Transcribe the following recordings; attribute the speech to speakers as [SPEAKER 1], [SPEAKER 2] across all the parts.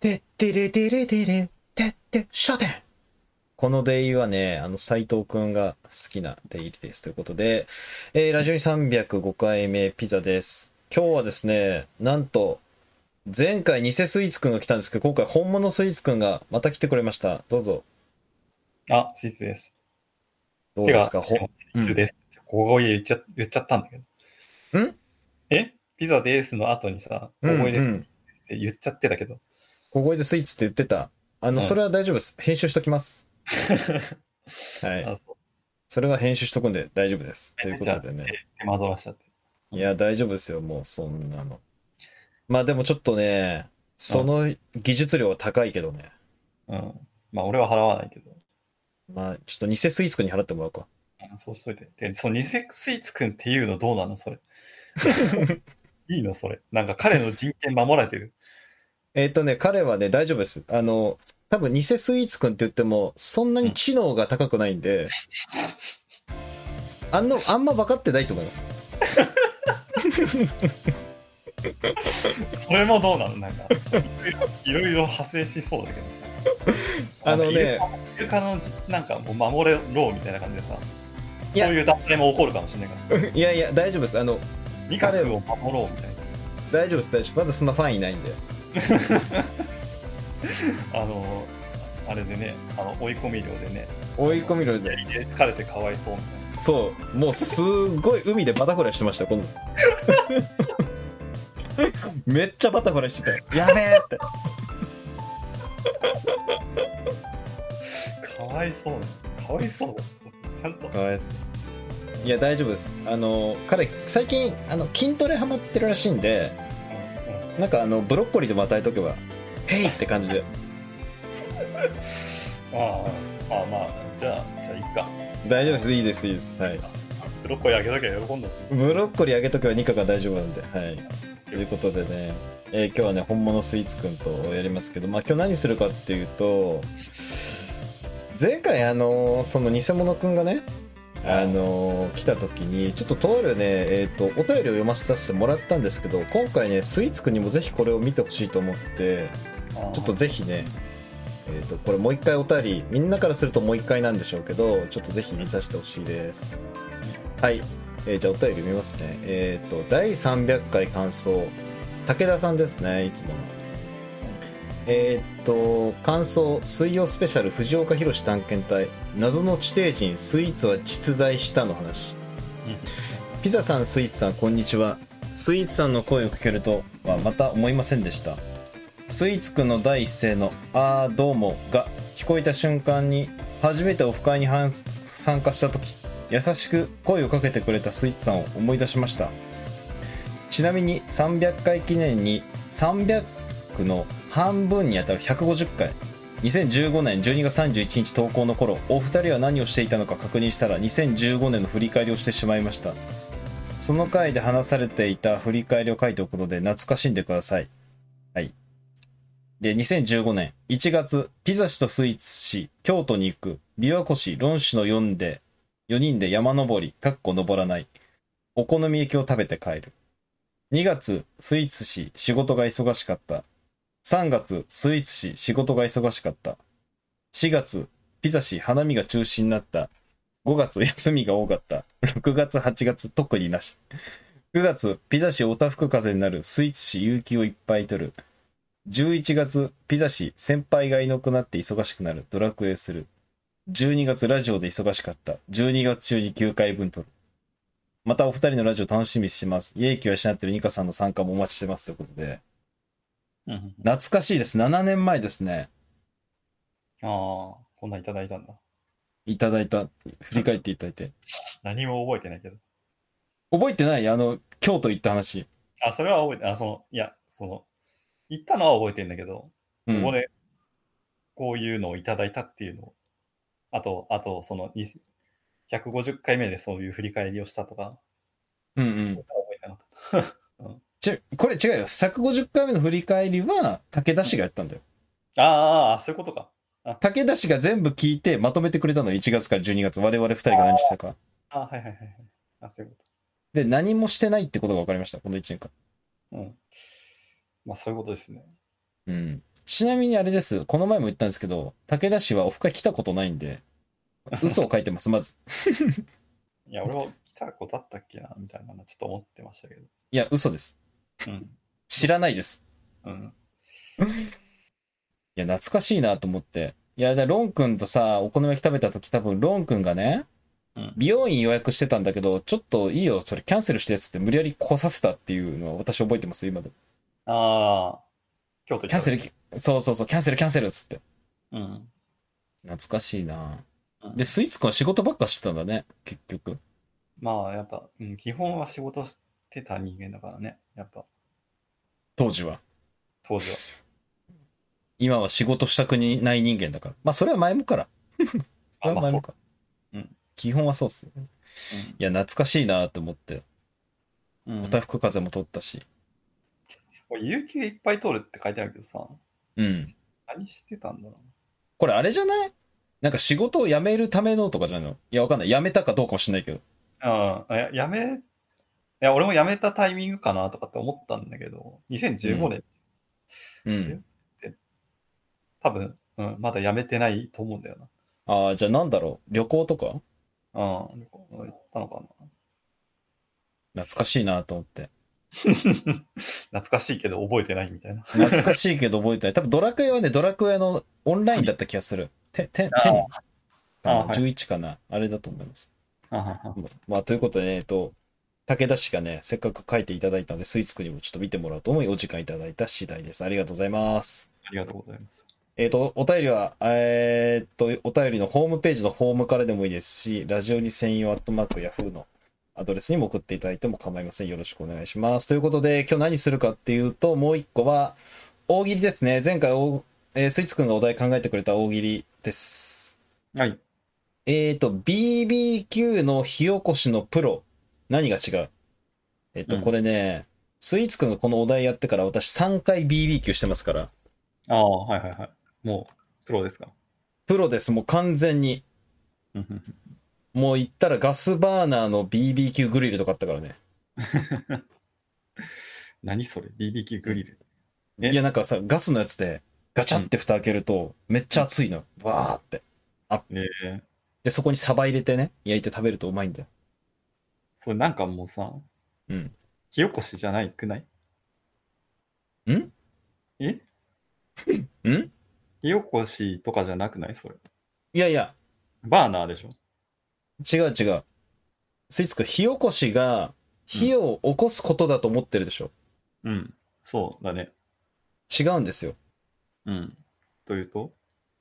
[SPEAKER 1] で、でれでれでれ、てって、書店このデイはね、あの、斎藤くんが好きなデイです。ということで、えーラジオに305回目ピザです。今日はですね、なんと、前回偽スイーツくんが来たんですけど、今回本物スイーツくんがまた来てくれました。どうぞ。
[SPEAKER 2] あ、シーツです。
[SPEAKER 1] どう
[SPEAKER 2] て
[SPEAKER 1] で
[SPEAKER 2] か、
[SPEAKER 1] すかほん、
[SPEAKER 2] シーツです。ここ言っちゃ言っちゃったんだけど。
[SPEAKER 1] ん
[SPEAKER 2] えピザですの後にさ、
[SPEAKER 1] う
[SPEAKER 2] 思
[SPEAKER 1] ん、
[SPEAKER 2] いう出
[SPEAKER 1] ん。
[SPEAKER 2] って言っちゃってたけど。
[SPEAKER 1] 小声でスイーツって言ってた。あの、
[SPEAKER 2] うん
[SPEAKER 1] それは大丈夫です。編集しとき ます。はい。
[SPEAKER 2] あそう
[SPEAKER 1] それは編集しとくんで大丈夫です。ということでね。
[SPEAKER 2] 手間取らしちゃって。
[SPEAKER 1] いや、大丈夫ですよ、もう、そんなの。まあでもちょっとね、その技術量は高いけどね。
[SPEAKER 2] うん。まあ、俺は払わないけど。
[SPEAKER 1] まあ、ちょっと偽スイーツくんに払ってもらおうか。
[SPEAKER 2] うんそうしといて。で、そのニセスイーツくんっていうのどうなのそれ。 いいのそれ。なんか彼の人権守られてる。
[SPEAKER 1] えっとね、彼はね、大丈夫です。あの、多分偽スイーツくんって言っても、そんなに知能が高くないんで、あんの、あんま分かってないと思います。
[SPEAKER 2] それもどうなのなんか、そういろいろいろいろ派生しそうだけどさ。
[SPEAKER 1] あのね
[SPEAKER 2] なんかイルカ、イルカのじなんかもう守れろみたいな感じでさ、
[SPEAKER 1] いや
[SPEAKER 2] そういう団体も起こるかもしれないからさ、
[SPEAKER 1] いやいや、大丈夫です。あの、
[SPEAKER 2] 二角を守ろうみたい
[SPEAKER 1] 大丈夫です、大丈夫。まだそんなファンいないんで。
[SPEAKER 2] な。あの、あれでね、あの追い込み量でね、
[SPEAKER 1] 追い込みろで。
[SPEAKER 2] 疲れてかわいそうみたいな。
[SPEAKER 1] そう、もうすっごい海でバタフライしてましたよ、 今度。めっちゃバタフライしてた。やべえって。
[SPEAKER 2] かわいそうだ。かわいそうだ。そうちゃんと。
[SPEAKER 1] かわいそういや、大丈夫です。あの、彼、最近、あの、筋トレハマってるらしいんで、
[SPEAKER 2] うんうん
[SPEAKER 1] なんかあの、ブロッコリーでも与えとけば、へいって感じで、
[SPEAKER 2] ああ、あまあ、じゃあ、じゃあ、いっか。
[SPEAKER 1] 大丈夫です、いいです、いいです。はい。
[SPEAKER 2] ブロッコリーあげなきゃ喜んだ。
[SPEAKER 1] ブロッコリーあげとけばニカが大丈夫なんで、はい。ということでね、えー今日はね、本物スイーツくんとやりますけど、まあ今日何するかっていうと、前回あのーその偽物くんがね、あのー来た時に、ちょっととあるね、えっ、と、お便りを読ませさせてもらったんですけど、今回ね、スイーツくんにもぜひこれを見てほしいと思って、ちょっとぜひね、えっ、と、これもう一回お便り、みんなからするともう一回なんでしょうけど、ちょっとぜひ見させてほしいです。はい。えーじゃあお便り見ますね。えっ、と、第300回感想。武田さんですね、いつもの。えっ、と、感想、水曜スペシャル藤岡弘探検隊、謎の地底人、スイーツは実在したの話
[SPEAKER 2] うん。
[SPEAKER 1] ピザさん、スイーツさん、こんにちは。スイーツさんの声を聞けるとはまた思いませんでした。スイーツくんの第一声の「あーどうも」が聞こえた瞬間に初めてオフ会に反参加した時優しく声をかけてくれたスイーツさんを思い出しましたちなみに300回記念に300の半分にあたる150回2015年12月31日投稿の頃お二人は何をしていたのか確認したら2015年の振り返りをしてしまいましたその回で話されていた振り返りを書いておくので懐かしんでくださいで、2015年1月、ピザ氏とスイーツ氏、京都に行く、琵琶湖市、論市の4で、4人で山登り、かっこ登らない、お好み焼きを食べて帰る。2月、スイーツ氏、仕事が忙しかった。3月、スイーツ氏、仕事が忙しかった。4月、ピザ氏、花見が中止になった。5月、休みが多かった。6月、8月、特になし。9月、ピザ氏、おたふく風になる、スイーツ氏、有給をいっぱい取る。11月、ピザ氏、先輩がいなくなって忙しくなる、ドラクエする。12月、ラジオで忙しかった。12月中に9回分撮る。またお二人のラジオ楽しみにしてます。イエイキを養ってるニカさんの参加もお待ちしてますということで。
[SPEAKER 2] うんうん
[SPEAKER 1] 懐かしいです。7年前ですね。
[SPEAKER 2] ああ、こんなんいただいたんだ。
[SPEAKER 1] いただいた、振り返っていただいて。
[SPEAKER 2] 何も覚えてないけど。
[SPEAKER 1] 覚えてないあの、京都行った話。
[SPEAKER 2] あ、それは覚えて、あ、その、いや、その、行ったのは覚えてんだけど、
[SPEAKER 1] うん
[SPEAKER 2] ここで、こういうのをいただいたっていうのを、あと、あと、その、に150回目でそういう振り返りをしたとか、
[SPEAKER 1] うんう
[SPEAKER 2] そうんいうのは覚えてなかった。
[SPEAKER 1] ちこれ違うよ。150回目の振り返りは、武田氏がやったんだよ。
[SPEAKER 2] あーあー、そういうことか。
[SPEAKER 1] 武田氏が全部聞いてまとめてくれたの。1月から12月。我々二人が何したか。
[SPEAKER 2] あーはいはいはいはい。あそういうこ
[SPEAKER 1] で、何もしてないってことが分かりました、この1年間。
[SPEAKER 2] と。うん。まあ、そういうことですね。
[SPEAKER 1] うん。ちなみにあれです。この前も言ったんですけど、武田氏はオフ会来たことないんで、嘘を書いてます、ま ず。
[SPEAKER 2] いや、俺も来たことあったっけな、みたいなのちょっと思ってましたけど。
[SPEAKER 1] いや、嘘です。
[SPEAKER 2] うん。
[SPEAKER 1] 知らないです。
[SPEAKER 2] うん。
[SPEAKER 1] いや、懐かしいなと思って。いや、だロン君とさ、お好み焼き食べた時多分ロン君がね、
[SPEAKER 2] うん
[SPEAKER 1] 美容院予約してたんだけど、ちょっといいよ、それキャンセルしてっつって無理やり来させたっていうのは私覚えてますよ、今でも。
[SPEAKER 2] ああ、京都行
[SPEAKER 1] キャン
[SPEAKER 2] った
[SPEAKER 1] セ
[SPEAKER 2] 時
[SPEAKER 1] ル、きそうそうそう、キャンセルキャンセルっつって。
[SPEAKER 2] うん。
[SPEAKER 1] 懐かしいな
[SPEAKER 2] うん
[SPEAKER 1] で、スイーツ君は仕事ばっかしてたんだね、結局。
[SPEAKER 2] まあ、やっぱ、うん、基本は仕事してた人間だからね。やっぱ、
[SPEAKER 1] 当時は。
[SPEAKER 2] 当時は。
[SPEAKER 1] 今は仕事したくない人間だから。まあ、それは前もから。そ
[SPEAKER 2] あ
[SPEAKER 1] れは
[SPEAKER 2] ま
[SPEAKER 1] 前
[SPEAKER 2] あ、そう
[SPEAKER 1] も。から。
[SPEAKER 2] うん
[SPEAKER 1] 基本はそうっすね。いや、懐かしいなと思って。
[SPEAKER 2] うん。う
[SPEAKER 1] お
[SPEAKER 2] ん
[SPEAKER 1] たふく風も取ったし。
[SPEAKER 2] これ有給いっぱい取るって書いてあるけどさ、
[SPEAKER 1] うん。
[SPEAKER 2] 何してたんだろ
[SPEAKER 1] これあれじゃないなんか仕事を辞めるためのとかじゃないのいや、わかんない。辞めたかどうかもしんないけど。
[SPEAKER 2] う。うん。あややめ、いや、俺もやめたタイミングかなとかって思ったんだけど、2015年、
[SPEAKER 1] うん。
[SPEAKER 2] 多分、うん、まだやめてないと思うんだよ
[SPEAKER 1] ああ、じゃあなんだろう。旅行とか
[SPEAKER 2] な。うん。旅行行ったのかな。
[SPEAKER 1] 懐かしいなと思って。
[SPEAKER 2] 懐かしいけど覚えてないみたいな。
[SPEAKER 1] 懐かしいけど覚えてない。多分ドラクエはね、ドラクエのオンラインだった気がする。て、て、
[SPEAKER 2] あー
[SPEAKER 1] てんかな
[SPEAKER 2] あーはい
[SPEAKER 1] ?11 かなあれだと思います。
[SPEAKER 2] あ
[SPEAKER 1] まあ、ということで、えっと、武田氏がね、せっかく書いていただいたので、スイーツくんにもちょっと見てもらおうと思い、お時間いただいた次第です。ありがとうございます。
[SPEAKER 2] りがとうございます。
[SPEAKER 1] えっ、と、お便りは、えーっと、お便りのホームページのフォームからでもいいですし、ラジオに専用アットマークヤフーのアドレスにも送っていただいても構いません。よろしくお願いします。ということで、今日何するかっていうと、もう一個は、大喜利ですね。前回大、えースイーツくんがお題考えてくれた大喜利です。
[SPEAKER 2] はい。
[SPEAKER 1] えっ、と、BBQ の火起こしのプロ、何が違うえっ、と、
[SPEAKER 2] うん
[SPEAKER 1] これね、スイーツくんがこのお題やってから私3回 BBQ してますから、
[SPEAKER 2] ああ、はいはいはい。もう、プロですか。
[SPEAKER 1] プロです。もう完全に。
[SPEAKER 2] うんうん
[SPEAKER 1] もう言ったらガスバーナーの BBQ グリルとかあったからね。
[SPEAKER 2] 何それ ?BBQ グリル。え
[SPEAKER 1] いや、なんかさ、ガスのやつで、ガチャって蓋開けると、めっちゃ熱いの。わーって。
[SPEAKER 2] ねえ。
[SPEAKER 1] で、そこにサバ入れてね、焼いて食べるとうまいんだよ。
[SPEAKER 2] それなんかもうさ、
[SPEAKER 1] うん。
[SPEAKER 2] 火起こしじゃないくない
[SPEAKER 1] ん
[SPEAKER 2] え
[SPEAKER 1] ん
[SPEAKER 2] 火起こしとかじゃなくないそれ。
[SPEAKER 1] いやいや、
[SPEAKER 2] バーナーでしょ
[SPEAKER 1] 違う違う。スイーツくん、火起こしが、火を起こすことだと思ってるでしょ。
[SPEAKER 2] うん。そうだね。
[SPEAKER 1] 違うんですよ。
[SPEAKER 2] うん。というと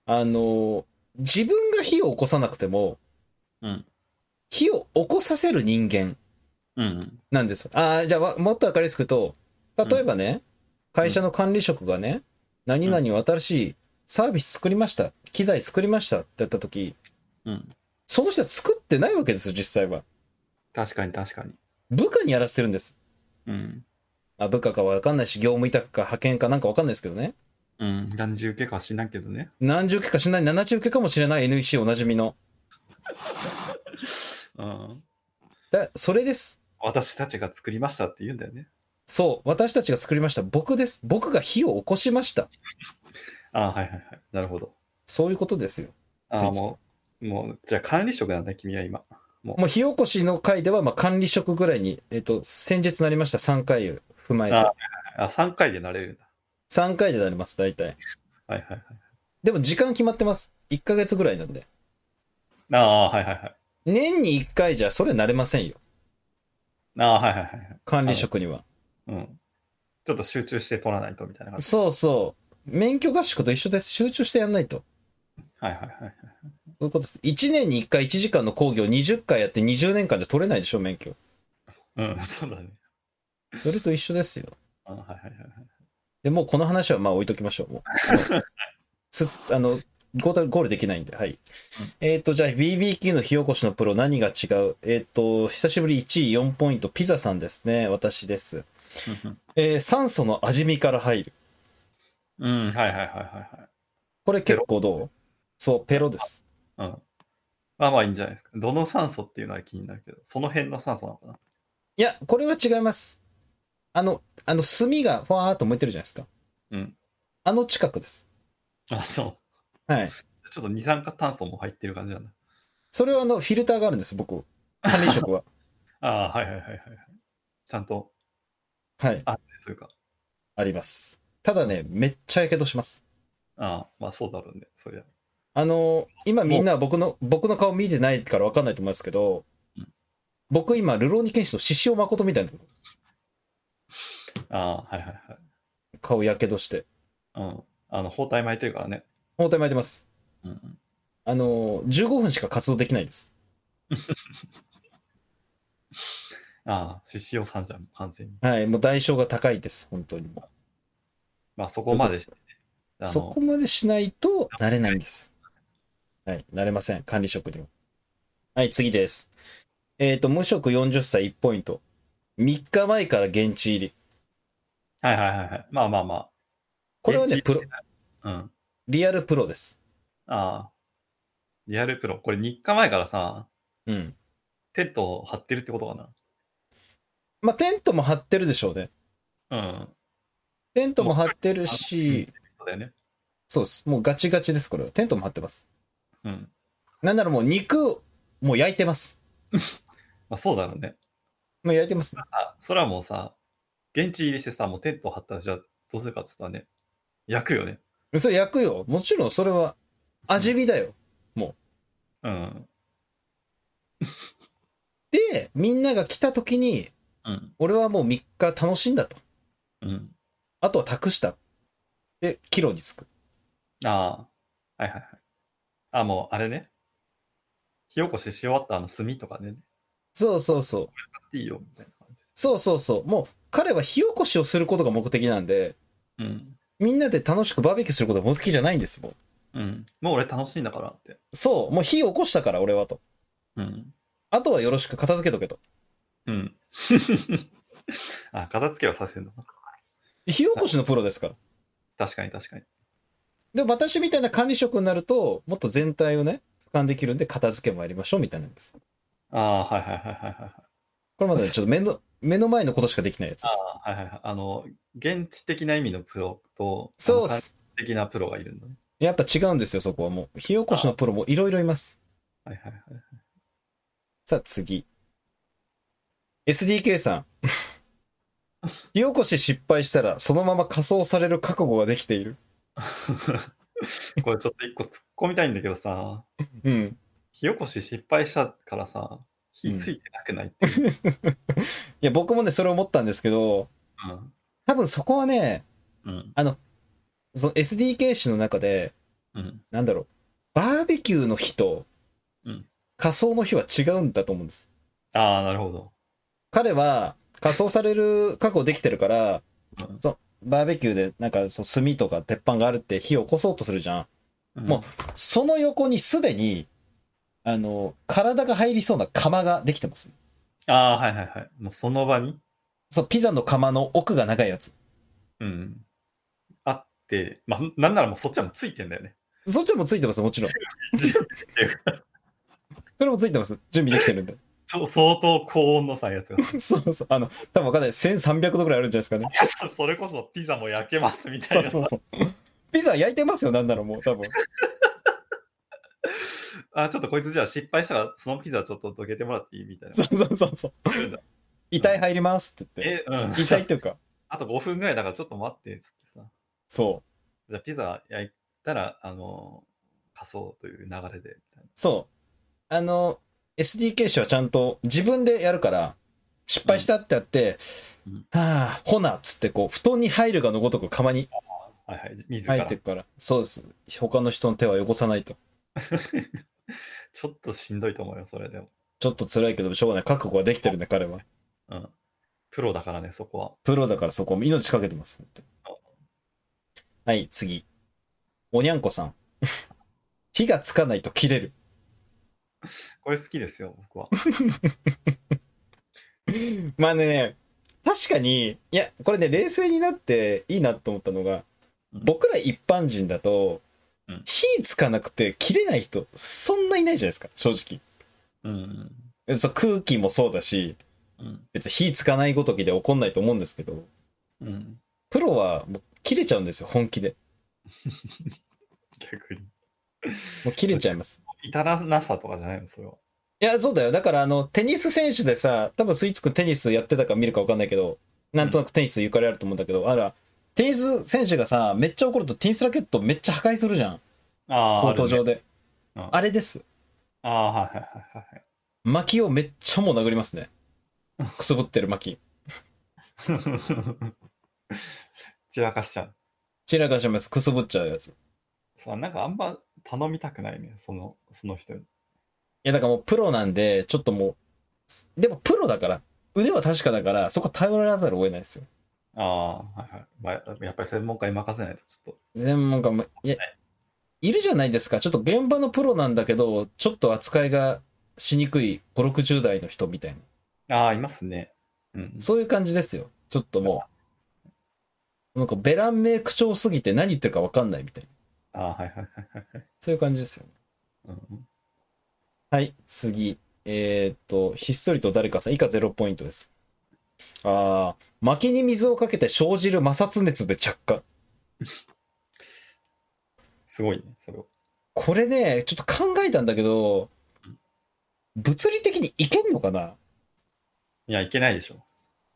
[SPEAKER 1] あの、自分が火を起こさなくても、
[SPEAKER 2] うん。
[SPEAKER 1] 火を起こさせる人間
[SPEAKER 2] うんうん。
[SPEAKER 1] なんですよ。ああ、じゃあわもっとわかりやすく言うと、例えばね、会社の管理職がね、何々を新しいサービス作りました、機材作りましたってやった時、
[SPEAKER 2] うん。
[SPEAKER 1] その人は作ってないわけですよ、実際は。
[SPEAKER 2] 確かに確かに。
[SPEAKER 1] 部下にやらせてるんです。
[SPEAKER 2] うん。
[SPEAKER 1] あ部下かわかんないし、業務委託か派遣かなんかわかんないですけどね。
[SPEAKER 2] うん。何十受けかしなけどね。
[SPEAKER 1] 何十家かしない、七十家かもしれない NEC おなじみの。
[SPEAKER 2] うん。
[SPEAKER 1] だそれです。
[SPEAKER 2] 私たちが作りましたって言うんだよね。
[SPEAKER 1] そう、私たちが作りました。僕です。僕が火を起こしました。
[SPEAKER 2] ああ、はいはいはい。なるほど。
[SPEAKER 1] そういうことですよ。
[SPEAKER 2] あ
[SPEAKER 1] そ
[SPEAKER 2] あ、
[SPEAKER 1] うそう
[SPEAKER 2] もう、もう、じゃあ管理職なんだ、君は今。
[SPEAKER 1] もう火起こしの回では、まあ、管理職ぐらいに、えっ、と、先日なりました3回を踏まえて
[SPEAKER 2] あ。あ、3回でなれるんだ。
[SPEAKER 1] 3回でなります、大体。
[SPEAKER 2] はいはいはい。
[SPEAKER 1] でも時間決まってます。1ヶ月ぐらいなんで。
[SPEAKER 2] ああ、はいはいはい。
[SPEAKER 1] 年に1回じゃ、それなれませんよ。
[SPEAKER 2] ああ、はいはいはいはい。
[SPEAKER 1] 管理職には。
[SPEAKER 2] うん。ちょっと集中して取らないとみたいな感じ。
[SPEAKER 1] そうそう。免許合宿と一緒です。集中してやんないと。
[SPEAKER 2] はいはいはいはい。
[SPEAKER 1] そういうことです。1年に1回1時間の講義を20回やって20年間じゃ取れないでしょ、免許。
[SPEAKER 2] うん、そうだね。
[SPEAKER 1] それと一緒ですよ。
[SPEAKER 2] あはいはいはいはい。
[SPEAKER 1] で、もうこの話はまあ置いときましょう。もう すあの、ゴールゴールできないんで、はい。えっ、と、じゃあ BBQ の火起こしのプロ何が違うえっ、と、久しぶり1位4ポイント、ピザさんですね。私です。えー酸素の味見から入る。
[SPEAKER 2] うん、はいはいはいはい
[SPEAKER 1] これ結構どうそう、ペロです。
[SPEAKER 2] はい。うん。まあまあいいんじゃないですか。どの酸素っていうのは気になるけど、その辺の酸素なのかない
[SPEAKER 1] や、これは違います。あの、あの、炭がファーっと燃えてるじゃないですか。
[SPEAKER 2] うん。
[SPEAKER 1] あの近くです。
[SPEAKER 2] あ、そ
[SPEAKER 1] はい。
[SPEAKER 2] う。ちょっと二酸化炭素も入ってる感じなんだ。
[SPEAKER 1] それはあの、フィルターがあるんです、僕。管理職 は。
[SPEAKER 2] ああ、はいはいはいはいはい。ちゃんと、
[SPEAKER 1] はい。
[SPEAKER 2] というか、
[SPEAKER 1] あります。ただね、めっちゃやけどします。
[SPEAKER 2] ああ、まあそうだろうね、そりゃ。
[SPEAKER 1] あの、今みんな僕の、僕の顔見てないからわかんないと思いますけど
[SPEAKER 2] うん、
[SPEAKER 1] 僕今、ルローニケンシと獅子王誠みたいな
[SPEAKER 2] ああ、はいはいはい。
[SPEAKER 1] 顔やけどして。
[SPEAKER 2] うん。あの、包帯巻いてるからね。
[SPEAKER 1] 包帯巻いてます。
[SPEAKER 2] うんうん。
[SPEAKER 1] あの、15分しか活動できないです。
[SPEAKER 2] ああ、獅子王さんじゃん、完全に。
[SPEAKER 1] はい、もう代償が高いです、本当に。
[SPEAKER 2] まあそこまでしてね。あの
[SPEAKER 1] そこまでしないとなれないんです。はい、なれません、管理職にも。はい、次です。えっ、と、無職40歳1ポイント。3日前から現地入り。
[SPEAKER 2] はいはいはいはい。まあまあまあ。
[SPEAKER 1] これはね、
[SPEAKER 2] 現地
[SPEAKER 1] プロ、
[SPEAKER 2] うん。
[SPEAKER 1] リアルプロです。
[SPEAKER 2] ああ。リアルプロ。これ3日前からさ、
[SPEAKER 1] うん。
[SPEAKER 2] テントを張ってるってことか
[SPEAKER 1] まあ、テントも張ってるでしょうね。
[SPEAKER 2] な。うん。
[SPEAKER 1] テントも張ってるし、
[SPEAKER 2] そうだよね。
[SPEAKER 1] そうです。もうガチガチです、これは。テントも張ってます。
[SPEAKER 2] うん。
[SPEAKER 1] なんならもう肉、もう焼いてます。
[SPEAKER 2] まあそうだろうね。
[SPEAKER 1] もう焼いてます。
[SPEAKER 2] あそれはもうさ、現地入りしてさ、もうテントを張ったらじゃあどうするかっつったらね、焼くよね。
[SPEAKER 1] それ焼くよ。もちろんそれは味見だよ。
[SPEAKER 2] うん。
[SPEAKER 1] で、みんなが来た時に、
[SPEAKER 2] うん。
[SPEAKER 1] 俺はもう3日楽しんだと。
[SPEAKER 2] うん。
[SPEAKER 1] あとは託した。で、帰路に着く。
[SPEAKER 2] ああ。はいはいはい。あ、もうあれね。火起こしし終わったあの炭とかね、
[SPEAKER 1] そうそうそう。
[SPEAKER 2] 使っていいよみたいな感じ。
[SPEAKER 1] そうそうそう。もう彼は火起こしをすることが目的なんで、
[SPEAKER 2] うん。
[SPEAKER 1] みんなで楽しくバーベキューすることが目的じゃないんですもう
[SPEAKER 2] うん。もう俺楽しいんだからって。
[SPEAKER 1] そう、もう火起こしたから俺はと。
[SPEAKER 2] うん。
[SPEAKER 1] あとはよろしく片付けとけと。
[SPEAKER 2] うん。 あ、片付けはさせんのか。
[SPEAKER 1] 火起こしのプロですから。
[SPEAKER 2] 確かに確かに。
[SPEAKER 1] でも私みたいな管理職になると、もっと全体をね、俯瞰できるんで片付けもやりましょうみたいなんです。
[SPEAKER 2] ああ、はいはいはいはいはいはい。
[SPEAKER 1] これまでちょっと目の、目の前のことしかできないやつで
[SPEAKER 2] ああ、はいはいはい。あの、現地的な意味のプロと、
[SPEAKER 1] す。そうっ
[SPEAKER 2] あの
[SPEAKER 1] す。
[SPEAKER 2] 管理的なプロがいるんだね。
[SPEAKER 1] やっぱ違うんですよ、そこはもう。火起こしのプロもいろいろいます。
[SPEAKER 2] はいはいはい。
[SPEAKER 1] さあ次。SDK さん。火起こし失敗したら、そのまま仮装される覚悟ができている。
[SPEAKER 2] これちょっと一個突っ込みたいんだけどさ、
[SPEAKER 1] うん。
[SPEAKER 2] 火起こし失敗したからさ、火ついてなくないっていう。
[SPEAKER 1] いや、僕もね、それ思ったんですけど、
[SPEAKER 2] うん。
[SPEAKER 1] 多分そこはね、
[SPEAKER 2] うん。
[SPEAKER 1] その SDK 氏の中で、
[SPEAKER 2] うん。
[SPEAKER 1] なんだろう、バーベキューの日と
[SPEAKER 2] うん、
[SPEAKER 1] 仮装の日は違うんだと思うんです。
[SPEAKER 2] ああ、なるほど。
[SPEAKER 1] 彼は、仮装される覚悟できてるから、
[SPEAKER 2] うん
[SPEAKER 1] バーベキューで、なんか、その炭とか鉄板があるって火を起こそうとするじゃん。
[SPEAKER 2] うん
[SPEAKER 1] もその横にすでに、あの、体が入りそうな釜ができてます。
[SPEAKER 2] ああ、はいはいはい。もうその場に、
[SPEAKER 1] そう、ピザの釜の奥が長いやつ。
[SPEAKER 2] うん。あって、まあ、なんならもうそっちはもうついてんだよね。
[SPEAKER 1] そっちもついてます、もち ろん。それもついてます。準備できてるんで。
[SPEAKER 2] ちょ相当高温のさ、やつが。
[SPEAKER 1] そうそう。あの、多分わかんない。1300度ぐらいあるんじゃないですかね。
[SPEAKER 2] それこそピザも焼けますみた
[SPEAKER 1] そ
[SPEAKER 2] いうな。
[SPEAKER 1] そうそう。ピザ焼いてますよ、なんならもう、多分。
[SPEAKER 2] あ、ちょっとこいつじゃあ失敗したら、そのピザちょっとどけてもらっていいみたい
[SPEAKER 1] そ
[SPEAKER 2] な。
[SPEAKER 1] うそうそうそう。遺体入りますって言って。
[SPEAKER 2] え、うん。
[SPEAKER 1] 遺体っていうか、
[SPEAKER 2] あと5分ぐらいだからちょっと待って、つってさ。
[SPEAKER 1] そう。
[SPEAKER 2] じゃあピザ焼いたら、あの、貸そうという流れで、みたい
[SPEAKER 1] そう。あの、SDK 氏はちゃんと自分でやるから、失敗したってやって、
[SPEAKER 2] うん
[SPEAKER 1] はあ、ほなっつって、こう、布団に入るがのごとく釜に
[SPEAKER 2] な。はいはい、自
[SPEAKER 1] 入
[SPEAKER 2] ら。
[SPEAKER 1] って
[SPEAKER 2] ち
[SPEAKER 1] くから、そうです。他の人の手は汚さないと。
[SPEAKER 2] ょっとしんどいと思うよ、それでも。
[SPEAKER 1] ちょっと辛いけど、しょうがない。覚悟はできてるね、彼は。
[SPEAKER 2] うん。プロだからね、そこは。
[SPEAKER 1] プロだからそこ、命かけてます。本当にはい、次。おにゃんこさん。 火がつかないと切れる。
[SPEAKER 2] これ好きですよ、 僕は。
[SPEAKER 1] まあね、確かに、いや、これね、冷静になっていいなと思ったのが、
[SPEAKER 2] うん
[SPEAKER 1] 僕ら一般人だと
[SPEAKER 2] うん、
[SPEAKER 1] 火つかなくて切れない人、そんないないじゃないですか、正
[SPEAKER 2] うん。
[SPEAKER 1] 直。そう空気もそうだし、
[SPEAKER 2] うん。
[SPEAKER 1] 別に火つかないごときで起こんないと思うんですけど、
[SPEAKER 2] うん。
[SPEAKER 1] プロはもう切れちゃうんですよ、本気で。
[SPEAKER 2] 逆に。
[SPEAKER 1] もう切れちゃいます。
[SPEAKER 2] 至らなさとかじゃないのそれは。
[SPEAKER 1] いや、そうだよ。だから、あの、テニス選手でさ、多分スイーツくんテニスやってたか見るかわかんないけど、なんとなくテニスゆかりあると思うんだけど、あら、テニス選手がさ、めっちゃ怒るとテニスラケットめっちゃ破壊するじゃん。
[SPEAKER 2] ああ。
[SPEAKER 1] コート上
[SPEAKER 2] で。
[SPEAKER 1] で。
[SPEAKER 2] あ,、
[SPEAKER 1] あれです。
[SPEAKER 2] ああ、はいはいはいはいはい。
[SPEAKER 1] 薪をめっちゃもう殴りますね。くすぶってる薪。
[SPEAKER 2] 散らかしちゃう。
[SPEAKER 1] 散らかします。くすぶっちゃうやつ。い
[SPEAKER 2] そうなんかあんま頼みたくないね、そのその人に。
[SPEAKER 1] や、だからもうプロなんで、ちょっともう、でもプロだから、腕は確かだから、そこ頼らざるを得ないですよ。
[SPEAKER 2] ああ、はいはい、まあ。やっぱり専門家に任せないとちょっ
[SPEAKER 1] 専門家も、いや、いるじゃないですか。ちょっと現場のプロなんだけど、ちょっと扱いがしにくい5、60代の人みたいな。
[SPEAKER 2] と。ああ、いますね。うん、
[SPEAKER 1] そういう感じですよ。ちょっともう、なんかベラン名口調すぎて何言ってるか分かんないみたいな。
[SPEAKER 2] ああ、はいはいはいはいはい。
[SPEAKER 1] そういう感じですよ。
[SPEAKER 2] うん、
[SPEAKER 1] はい、次。えーっと、ひっそりと誰かさん、以下0ポイントです。あー、薪に水をかけて生じる摩擦熱で着火。
[SPEAKER 2] すごいね、それを。
[SPEAKER 1] これね、ちょっと考えたんだけど、物理的にいけんのかない
[SPEAKER 2] や、いけないでしょ。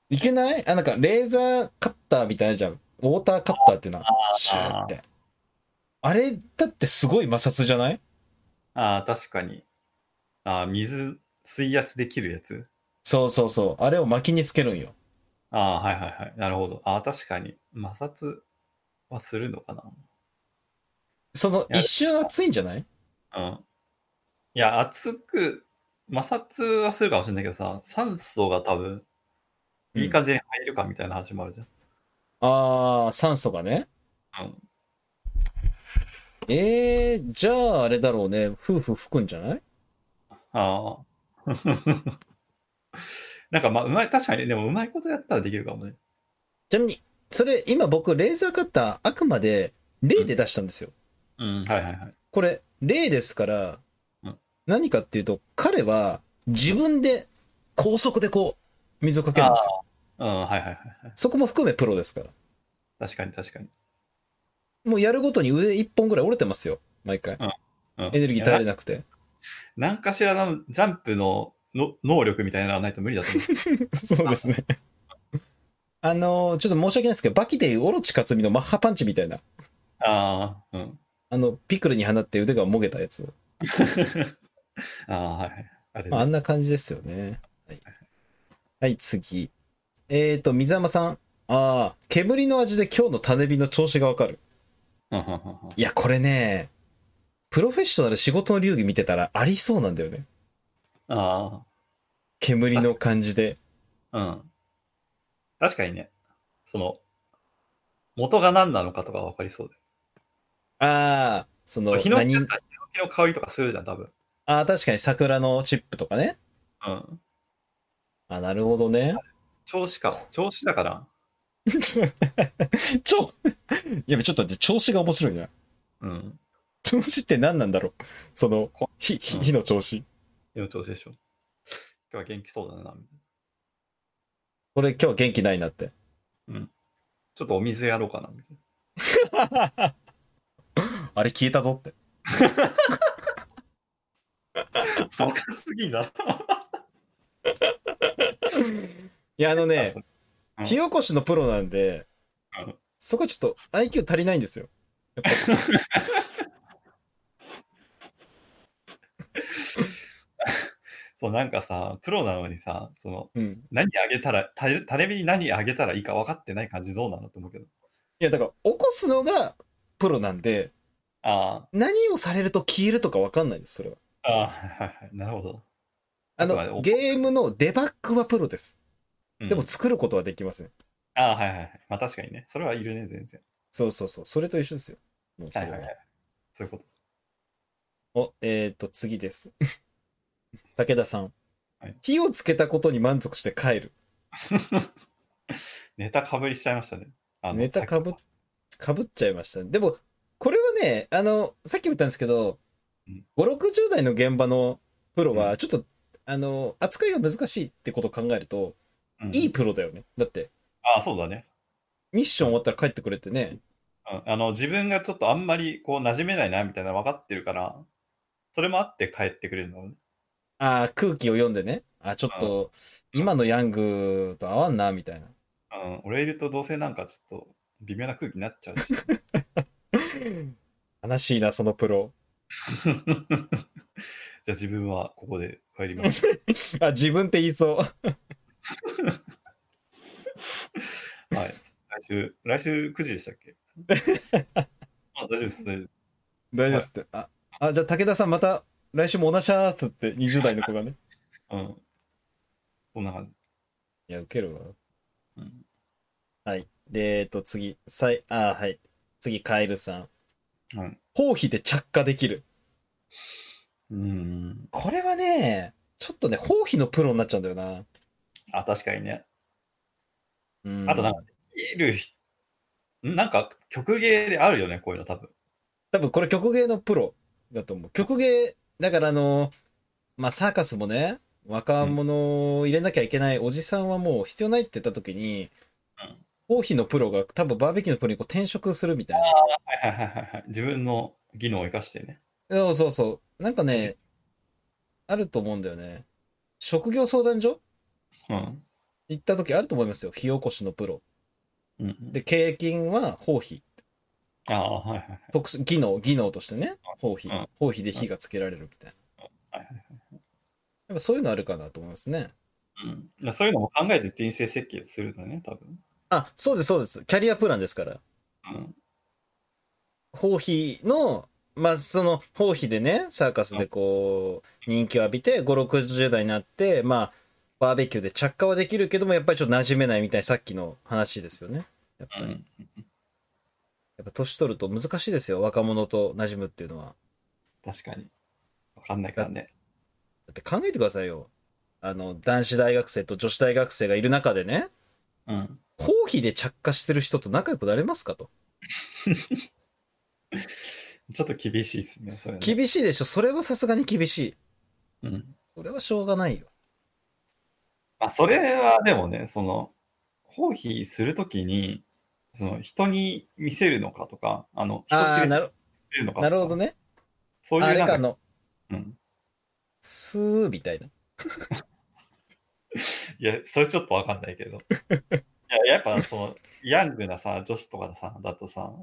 [SPEAKER 1] いけないあ、なんかレーザーカッターみたいなのあるじゃん。ウォーターカッターってな。シューって。あれだってすごい摩擦じゃない
[SPEAKER 2] ああ、確かに。ああ、水、水圧できるやつ。
[SPEAKER 1] そうそうそう。あれを薪につけるんよ。
[SPEAKER 2] ああ、はいはいはい。なるほど。ああ、確かに。摩擦はするのか
[SPEAKER 1] その一瞬熱いんじゃない
[SPEAKER 2] な。うん。いや、熱く、摩擦はするかもしれないけどさ、酸素が多分、いい感じに入るかみたいな話もあるじ
[SPEAKER 1] あー、酸素がね。
[SPEAKER 2] ゃん。うん。
[SPEAKER 1] えー、じゃああれだろうね。夫婦吹くんじゃない
[SPEAKER 2] ああ。 なんかまあ、うまい、確かに、でもうまいことやったらできるかもね。
[SPEAKER 1] ちなみに、それ今僕、レーザーカッターあくまで例で出したんですよ。
[SPEAKER 2] うん、はいはいはい。
[SPEAKER 1] これ、例ですから
[SPEAKER 2] うん、
[SPEAKER 1] 何かっていうと、彼は自分で高速でこう、水をかけるんですよ。
[SPEAKER 2] うん、はいはいはいはい。
[SPEAKER 1] そこも含めプロですから。
[SPEAKER 2] 確かに確かに。
[SPEAKER 1] もうやるごとに腕一本ぐらい折れてますよ。毎回。
[SPEAKER 2] うん、
[SPEAKER 1] エネルギー
[SPEAKER 2] い
[SPEAKER 1] 耐え
[SPEAKER 2] や
[SPEAKER 1] れ
[SPEAKER 2] な
[SPEAKER 1] なくて。
[SPEAKER 2] なんかしらのジャンプのの能力みたいなのがないと無理だと思 う。
[SPEAKER 1] そうです ね。あのーちょっと申し訳ないですけど、バキでいうオロチカツミのマッハパンチみたいな、
[SPEAKER 2] ああ、うん。
[SPEAKER 1] あの、ピクルに放って腕がもげたやつ。
[SPEAKER 2] ああ、はいはい。あれ
[SPEAKER 1] まあ、あ
[SPEAKER 2] ね。
[SPEAKER 1] んな感じですよね。はい。はい、次。えっ、ー、と、水山さん。ああ、煙の味で今日の種火の調子がわかる。
[SPEAKER 2] うんうんうんうん
[SPEAKER 1] いや、これね、プロフェッショナル仕事の流儀見てたらありそうなんだよね。
[SPEAKER 2] あ
[SPEAKER 1] 煙の感じで。
[SPEAKER 2] あ、うん。確かにね、その、元が何なのかとか分かりそうで。
[SPEAKER 1] ああ、その、
[SPEAKER 2] そうヒノキだっ
[SPEAKER 1] 何
[SPEAKER 2] たらヒノキの香りとかするじゃん、多分。
[SPEAKER 1] ああ、確かに桜のチップとかね。
[SPEAKER 2] うん。
[SPEAKER 1] あ、なるほどね。
[SPEAKER 2] 調子か、調子だから。
[SPEAKER 1] ちょ、ちょ、やべ、ちょっと待って、調子が面白いな。
[SPEAKER 2] うん。
[SPEAKER 1] 調子って何なんだろうその
[SPEAKER 2] こ、
[SPEAKER 1] 火、火
[SPEAKER 2] うん
[SPEAKER 1] 火の調子。
[SPEAKER 2] でも調子でしょ。今日は元気そうだな、みたいな。
[SPEAKER 1] これ今日は元気ないなって。
[SPEAKER 2] ちょっとお水やろうかな、みたい
[SPEAKER 1] あれ消えたぞって。
[SPEAKER 2] な。そうかすぎだ。
[SPEAKER 1] いや、あの ね、
[SPEAKER 2] うん
[SPEAKER 1] 火起こしのプロなんで
[SPEAKER 2] うん、
[SPEAKER 1] そこはちょっと IQ 足りないんですよ。
[SPEAKER 2] そう、なんかさ、プロなのにさ、その、
[SPEAKER 1] うん。
[SPEAKER 2] 何あげたら、たタレビに何あげたらいいか分かってない感じどうなのと思うけど。
[SPEAKER 1] いや、だから、起こすのがプロなんで、
[SPEAKER 2] あ
[SPEAKER 1] 何をされると消えるとかわかんないです、それは。
[SPEAKER 2] あ、ああ、はいはいはい、なるほど。
[SPEAKER 1] あの
[SPEAKER 2] あとは、ね
[SPEAKER 1] ゲームのデバッグはプロです。
[SPEAKER 2] うん
[SPEAKER 1] でも作ることはできません。
[SPEAKER 2] ああ、はいはいはい。まあ確かにね。それはいるね、全然。
[SPEAKER 1] そうそうそう。それと一緒ですよ。もうそ
[SPEAKER 2] は
[SPEAKER 1] れ
[SPEAKER 2] いはいはい。そういうこと。
[SPEAKER 1] お、えっ、と、次です。 武田さん、
[SPEAKER 2] はい
[SPEAKER 1] 火をつけたことに満足して帰る。
[SPEAKER 2] ネタかぶりしちゃいましたね。あの
[SPEAKER 1] ネタかぶっ、かぶっちゃいましたね。でも、これはね、あの、さっきも言ったんですけど
[SPEAKER 2] うん、
[SPEAKER 1] 5、60代の現場のプロ
[SPEAKER 2] う
[SPEAKER 1] は、ちょっと、あの、扱いが難しいってことを考えると、
[SPEAKER 2] うん
[SPEAKER 1] いいプロだよね。だって、
[SPEAKER 2] ああ、そうだね。
[SPEAKER 1] ミッション終わったら帰ってくれてね、
[SPEAKER 2] うんあの自分がちょっとあんまりこう馴染めないなみたいなの分かってるから、それもあって帰ってくれるのね。
[SPEAKER 1] ああ、空気を読んでね。あ、ちょっと、今のヤングと合わんな、みたいな。
[SPEAKER 2] うん、俺いるとどうせなんかちょっと微妙な空気になっちゃうし。
[SPEAKER 1] 悲しいな、そのプロ。
[SPEAKER 2] じゃあ自分はここで帰ります。
[SPEAKER 1] あ、自分って言いそう。
[SPEAKER 2] はい。来週、来週9時でしたっけあ大丈夫です。大丈夫です
[SPEAKER 1] 大丈夫っすって。あ、あじゃあ武田さんまた来週もおなしゃーっつって20代の子が ね。
[SPEAKER 2] うん。こんな感じ。
[SPEAKER 1] いや、ウケるわ。
[SPEAKER 2] うん
[SPEAKER 1] はい。で、えっと、次、さい、あーはい。次、カエルさん。
[SPEAKER 2] はい。
[SPEAKER 1] 包皮で着火できる。
[SPEAKER 2] うん。
[SPEAKER 1] これはね、ちょっとね、包皮のプロになっちゃうんだよな。
[SPEAKER 2] あ、確かにね。
[SPEAKER 1] うん
[SPEAKER 2] あとなんか、できる人、なんか曲芸であるよね、こういうの多分。
[SPEAKER 1] 多分これ曲芸のプロだと思う。曲芸、だからあの、まあサーカスもね、若者を入れなきゃいけないおじさんはもう必要ないって言った時に
[SPEAKER 2] うん、
[SPEAKER 1] 王妃のプロが多分バーベキューのプロにこう転職するみたいな。
[SPEAKER 2] はいはいはいはい。自分の技能を生かしてね。
[SPEAKER 1] そうそうそう。なんかね、あると思うんだよね。職業相談所
[SPEAKER 2] うん。
[SPEAKER 1] 行った時あると思いますよ。火起こしのプロ。
[SPEAKER 2] うん、
[SPEAKER 1] で、経験は宝妃。
[SPEAKER 2] ああ、はいはいはい
[SPEAKER 1] 特殊、技能、技能としてね。宝妃
[SPEAKER 2] うん。
[SPEAKER 1] 宝妃で火がつけられるみたいな。
[SPEAKER 2] はいはい
[SPEAKER 1] やっぱそういうのあるかなと思いますね。
[SPEAKER 2] うんだからそういうのも考えて人生設計するんだね、多分。
[SPEAKER 1] あ、そうです、そうです。キャリアプランですから。
[SPEAKER 2] うん。
[SPEAKER 1] 宝妃の、まあ、その、宝妃でね、サーカスでこう、人気を浴びて、5、60代になって、まあ、バーベキューで着火はできるけども、やっぱりちょっと馴染めないみたいな、さっきの話ですよね。やっぱ
[SPEAKER 2] う
[SPEAKER 1] り。
[SPEAKER 2] ん。
[SPEAKER 1] やっぱ年取ると難しいですよ、若者と馴染むっていうのは。
[SPEAKER 2] 確かに。わかんないからね。
[SPEAKER 1] だって考えてくださいよ。あの、男子大学生と女子大学生がいる中でね、
[SPEAKER 2] うん。
[SPEAKER 1] 宝妃で着火してる人と仲良くなれますかと。
[SPEAKER 2] ちょっと厳しいですね、それ、ね。
[SPEAKER 1] 厳しいでしょ、それはさすがに厳しい。
[SPEAKER 2] うん。
[SPEAKER 1] それはしょうがないよ。
[SPEAKER 2] まあ、それはでもね、その、放棄するときに、その、人に見せるのかとか、あの、人知
[SPEAKER 1] ああー、
[SPEAKER 2] れ
[SPEAKER 1] な
[SPEAKER 2] ず
[SPEAKER 1] る
[SPEAKER 2] 見せるのかとか。
[SPEAKER 1] なるほど
[SPEAKER 2] ね。
[SPEAKER 1] ね。
[SPEAKER 2] そう
[SPEAKER 1] あ
[SPEAKER 2] いう
[SPEAKER 1] れ
[SPEAKER 2] なんか
[SPEAKER 1] か、の、
[SPEAKER 2] うん。
[SPEAKER 1] スーみたいな。
[SPEAKER 2] いや、それちょっとわかんないけど。い や、やっぱその、ヤングなさ、女子とかさ、だとさ、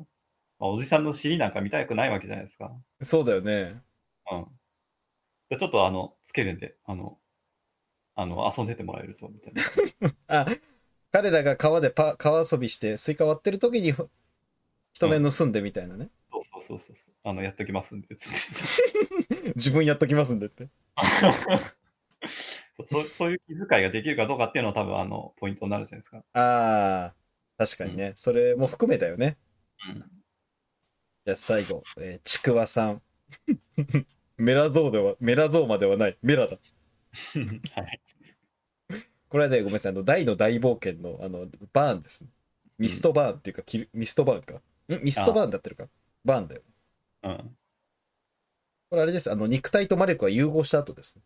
[SPEAKER 2] まあおじさんの尻なんか見たくないわけじゃないですか。
[SPEAKER 1] そうだよね。
[SPEAKER 2] うん。でちょっとあの、つけるんで、あの、あの、遊んでてもらえると、みたいな。
[SPEAKER 1] あ、彼らが川でパ、川遊びして、スイカ割ってる時に、ふ人目盗んでみたいなね。
[SPEAKER 2] そうそうそうそうそう。あの、やっときますんで、つってさ
[SPEAKER 1] 自分やっときますんでって。
[SPEAKER 2] そう そういう気遣いができるかどうかっていうのは多分、あの、ポイントになるじゃないですか。
[SPEAKER 1] ああ、確かにね。それも含めたよね。
[SPEAKER 2] うん。
[SPEAKER 1] じゃあ最後、えーちくわさん。 メラゾーでは、メラゾーマではない、メラだ。
[SPEAKER 2] はい。
[SPEAKER 1] これはね、ごめんなさい、あの、大の大冒険の、あの、バーンです、ね。ミストバーンっていうか、キルミストバーンか。んミストバーンだってるか。バーンだよ。
[SPEAKER 2] うん。
[SPEAKER 1] これあれです。あの、肉体と魔力が融合した後ですね。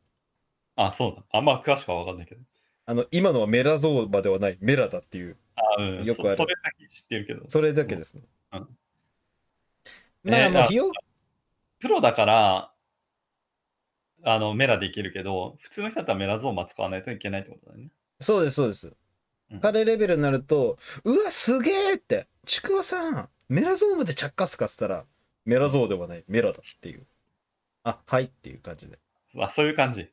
[SPEAKER 2] あ、そうだ。あんま詳しくはわかんないけど。
[SPEAKER 1] あの、今のはメラゾーマではない、メラだっていう、
[SPEAKER 2] あ、うん。
[SPEAKER 1] よくある
[SPEAKER 2] そそれだけ知ってるけど。
[SPEAKER 1] それだけですね。
[SPEAKER 2] うん
[SPEAKER 1] まあ、
[SPEAKER 2] ね
[SPEAKER 1] もう、
[SPEAKER 2] あ
[SPEAKER 1] 費用、
[SPEAKER 2] プロだから、あの、メラでいけるけど、普通の人だったらメラゾーマ使わないといけないってことだよね。
[SPEAKER 1] そうです、そうです
[SPEAKER 2] うん。
[SPEAKER 1] 彼レベルになると、うわ、すげえって、ちくわさん、メラゾーマで着火すかっつったら、メラゾーではない、メラだっていう。あ、はいっていう感じで。
[SPEAKER 2] あ、そういう感じ。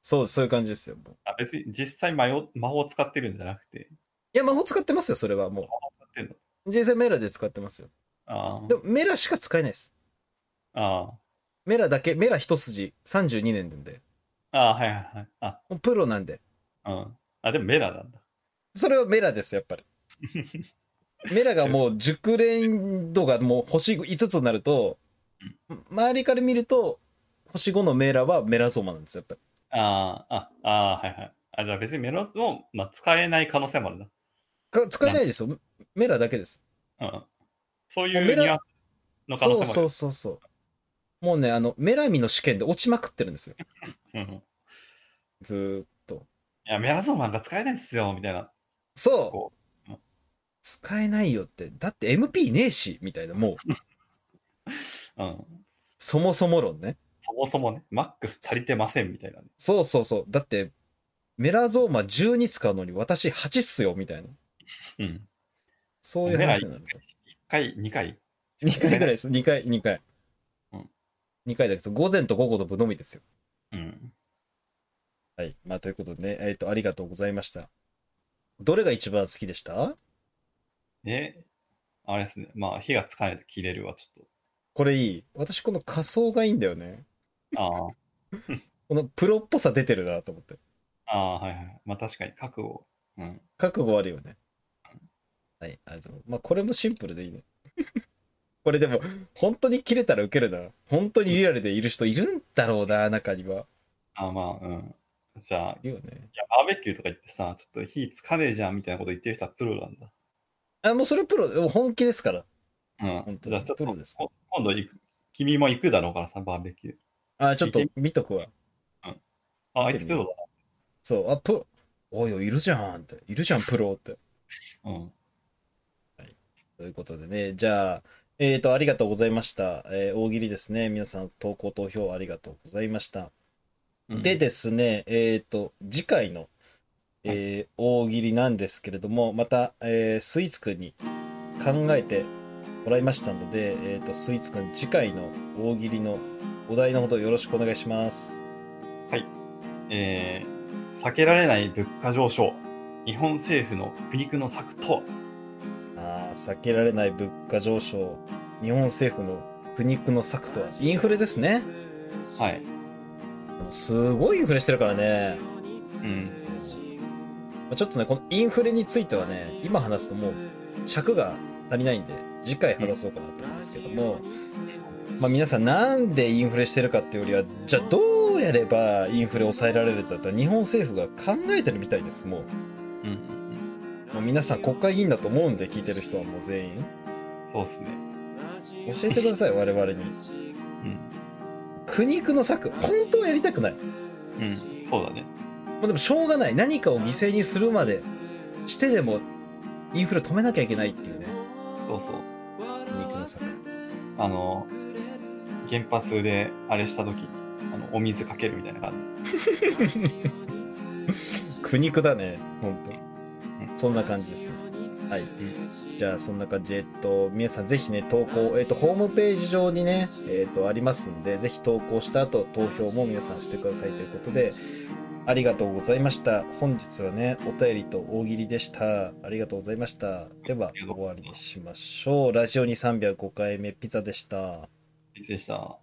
[SPEAKER 1] そうです、そういう感じですよ。もう
[SPEAKER 2] あ別に実際魔法魔法使ってるんじゃなくて、
[SPEAKER 1] いや、魔法使ってますよ、それはも
[SPEAKER 2] 使ってんの
[SPEAKER 1] う。実際メラで使ってますよ。
[SPEAKER 2] あ
[SPEAKER 1] でも、メラしか使えないです。
[SPEAKER 2] あ、あ
[SPEAKER 1] メラだけ、メラ一筋32年なんで。
[SPEAKER 2] あ、ああはいはいはい。あ、
[SPEAKER 1] もうプロなんで。
[SPEAKER 2] うん。あ、でもメラなんだ。
[SPEAKER 1] それはメラです、やっぱり。メラがもう熟練度がもう星5つになると、周りから見ると、星5のメラはメラゾーマなんですよ、やっぱ
[SPEAKER 2] ああ、ああ、はいはい。あ、じゃあ別にメラゾーマ使えない可能性もあるな。
[SPEAKER 1] り。か使えないですよ。メラだけです。
[SPEAKER 2] うん。そうい
[SPEAKER 1] もう
[SPEAKER 2] う
[SPEAKER 1] メラ
[SPEAKER 2] ニュアンスの可
[SPEAKER 1] そ
[SPEAKER 2] 能
[SPEAKER 1] う
[SPEAKER 2] 性もあ
[SPEAKER 1] そ
[SPEAKER 2] る。
[SPEAKER 1] うそうそう。もうね、あの、メラミの試験で落ちまくってるんですよ。
[SPEAKER 2] うん、い
[SPEAKER 1] ずーっと。
[SPEAKER 2] や、メラゾーマが使えないっすよ、みたいな。
[SPEAKER 1] そ
[SPEAKER 2] こ
[SPEAKER 1] う
[SPEAKER 2] う。
[SPEAKER 1] 使えないよって、だって MP ねえし、みたいな、もう、
[SPEAKER 2] うん。
[SPEAKER 1] そもそも論ね。
[SPEAKER 2] そもそもね、マックス足りてませんみたいなね。
[SPEAKER 1] そうそうそう。だって、メラゾーマ12使うのに私8っすよ、みたいな。
[SPEAKER 2] うん。
[SPEAKER 1] そういう話になる。
[SPEAKER 2] 1回、2回。
[SPEAKER 1] 2回ぐらいです。2回、2回。
[SPEAKER 2] うん
[SPEAKER 1] 2回だけど、午前と午後の部のみですよ。
[SPEAKER 2] うん。
[SPEAKER 1] はい。まあ、ということでね、えっ、と、ありがとうございました。どれが一番好きでした
[SPEAKER 2] え、あれですね。まあ、火がつかないと切れるはちょっ
[SPEAKER 1] これいい。私、この仮装がいいんだよね。
[SPEAKER 2] と。あー
[SPEAKER 1] このプロっぽさ出てるなと思って。
[SPEAKER 2] あー、はいはい。まあ、確かに、覚悟。うん。
[SPEAKER 1] 覚悟あるよね。はい。ありがとうございます。まあ、これもシンプルでいいね。 これでも、本当に切れたらウケるな。本当にリアルでいる人いるんだろうな、中には。
[SPEAKER 2] あーまあ、うん。じゃあ、
[SPEAKER 1] いるよね。
[SPEAKER 2] いや、バーベキューとか言ってさ、ちょっと火つかねえじゃんみたいなこと言ってる人はプロなんだ。
[SPEAKER 1] あ、もうそれプロ、本気ですから。
[SPEAKER 2] う
[SPEAKER 1] 本
[SPEAKER 2] ん。
[SPEAKER 1] 当
[SPEAKER 2] じゃあちょっ
[SPEAKER 1] プ
[SPEAKER 2] と
[SPEAKER 1] ロです
[SPEAKER 2] こ今度行く、君も行くだろうからさ、バーベキュー。
[SPEAKER 1] あ、ちょっと見とくわ。
[SPEAKER 2] あ、あ
[SPEAKER 1] 見
[SPEAKER 2] い
[SPEAKER 1] て
[SPEAKER 2] つ
[SPEAKER 1] み
[SPEAKER 2] プ
[SPEAKER 1] よう
[SPEAKER 2] ロ
[SPEAKER 1] そう、あ、プロ、おいおい、いるじゃんって、いるじゃん、プロって。
[SPEAKER 2] だ。うん。
[SPEAKER 1] ということでね、じゃあ、えーと、ありがとうございました。えー大喜利ですね。皆さん、投稿、投票ありがとうございました。
[SPEAKER 2] うん
[SPEAKER 1] で、ですね、えーと、次回の、えー大喜利なんですけれども、また、えースイーツくんに考えてもらいましたので、えーと、スイーツくん、次回の大喜利のお題のほどよろしくお願いします。
[SPEAKER 2] えー避けられない物価上昇。日本政府の苦肉の策とは
[SPEAKER 1] あー避けられない物価上昇日本政府の苦肉の策とはインフレですね
[SPEAKER 2] はい。
[SPEAKER 1] すごいインフレしてるからね
[SPEAKER 2] うん。
[SPEAKER 1] まあちょっとねこのインフレについてはね今話すともう尺が足りないんで次回話そうかなと思うんですけども、まあ、皆さんなんでインフレしてるかっていうよりはじゃあどうやればインフレ抑えられるんだったら日本政府が考えてるみたいですもう
[SPEAKER 2] うんうん
[SPEAKER 1] もう皆さん国会議員だと思うんで聞いてる人はもう全員
[SPEAKER 2] うん。そうですね。
[SPEAKER 1] 教えてくださ い我々に
[SPEAKER 2] うん。
[SPEAKER 1] 苦肉の策本当はやりたくない
[SPEAKER 2] うん。そうだね。
[SPEAKER 1] まあ、でもしょうがない何かを犠牲にするまでしてでもインフレ止めなきゃいけないっていうね
[SPEAKER 2] そうそう。
[SPEAKER 1] 肉の策
[SPEAKER 2] あの、原発であれした時あの、お水かけるみたいな感
[SPEAKER 1] 苦肉だね本
[SPEAKER 2] う
[SPEAKER 1] 当そんな感じですねはい、じゃあそんな感じえっと皆さんぜひね投稿えっとホームページ上にねえっとありますんでぜひ投稿した後投票も皆さんしてくださいということでありがとうございました本日はねお便りと大喜利でしたありがとうございましたでは終わりにしましょうラジオに305回目ピザでした
[SPEAKER 2] じ。失礼した。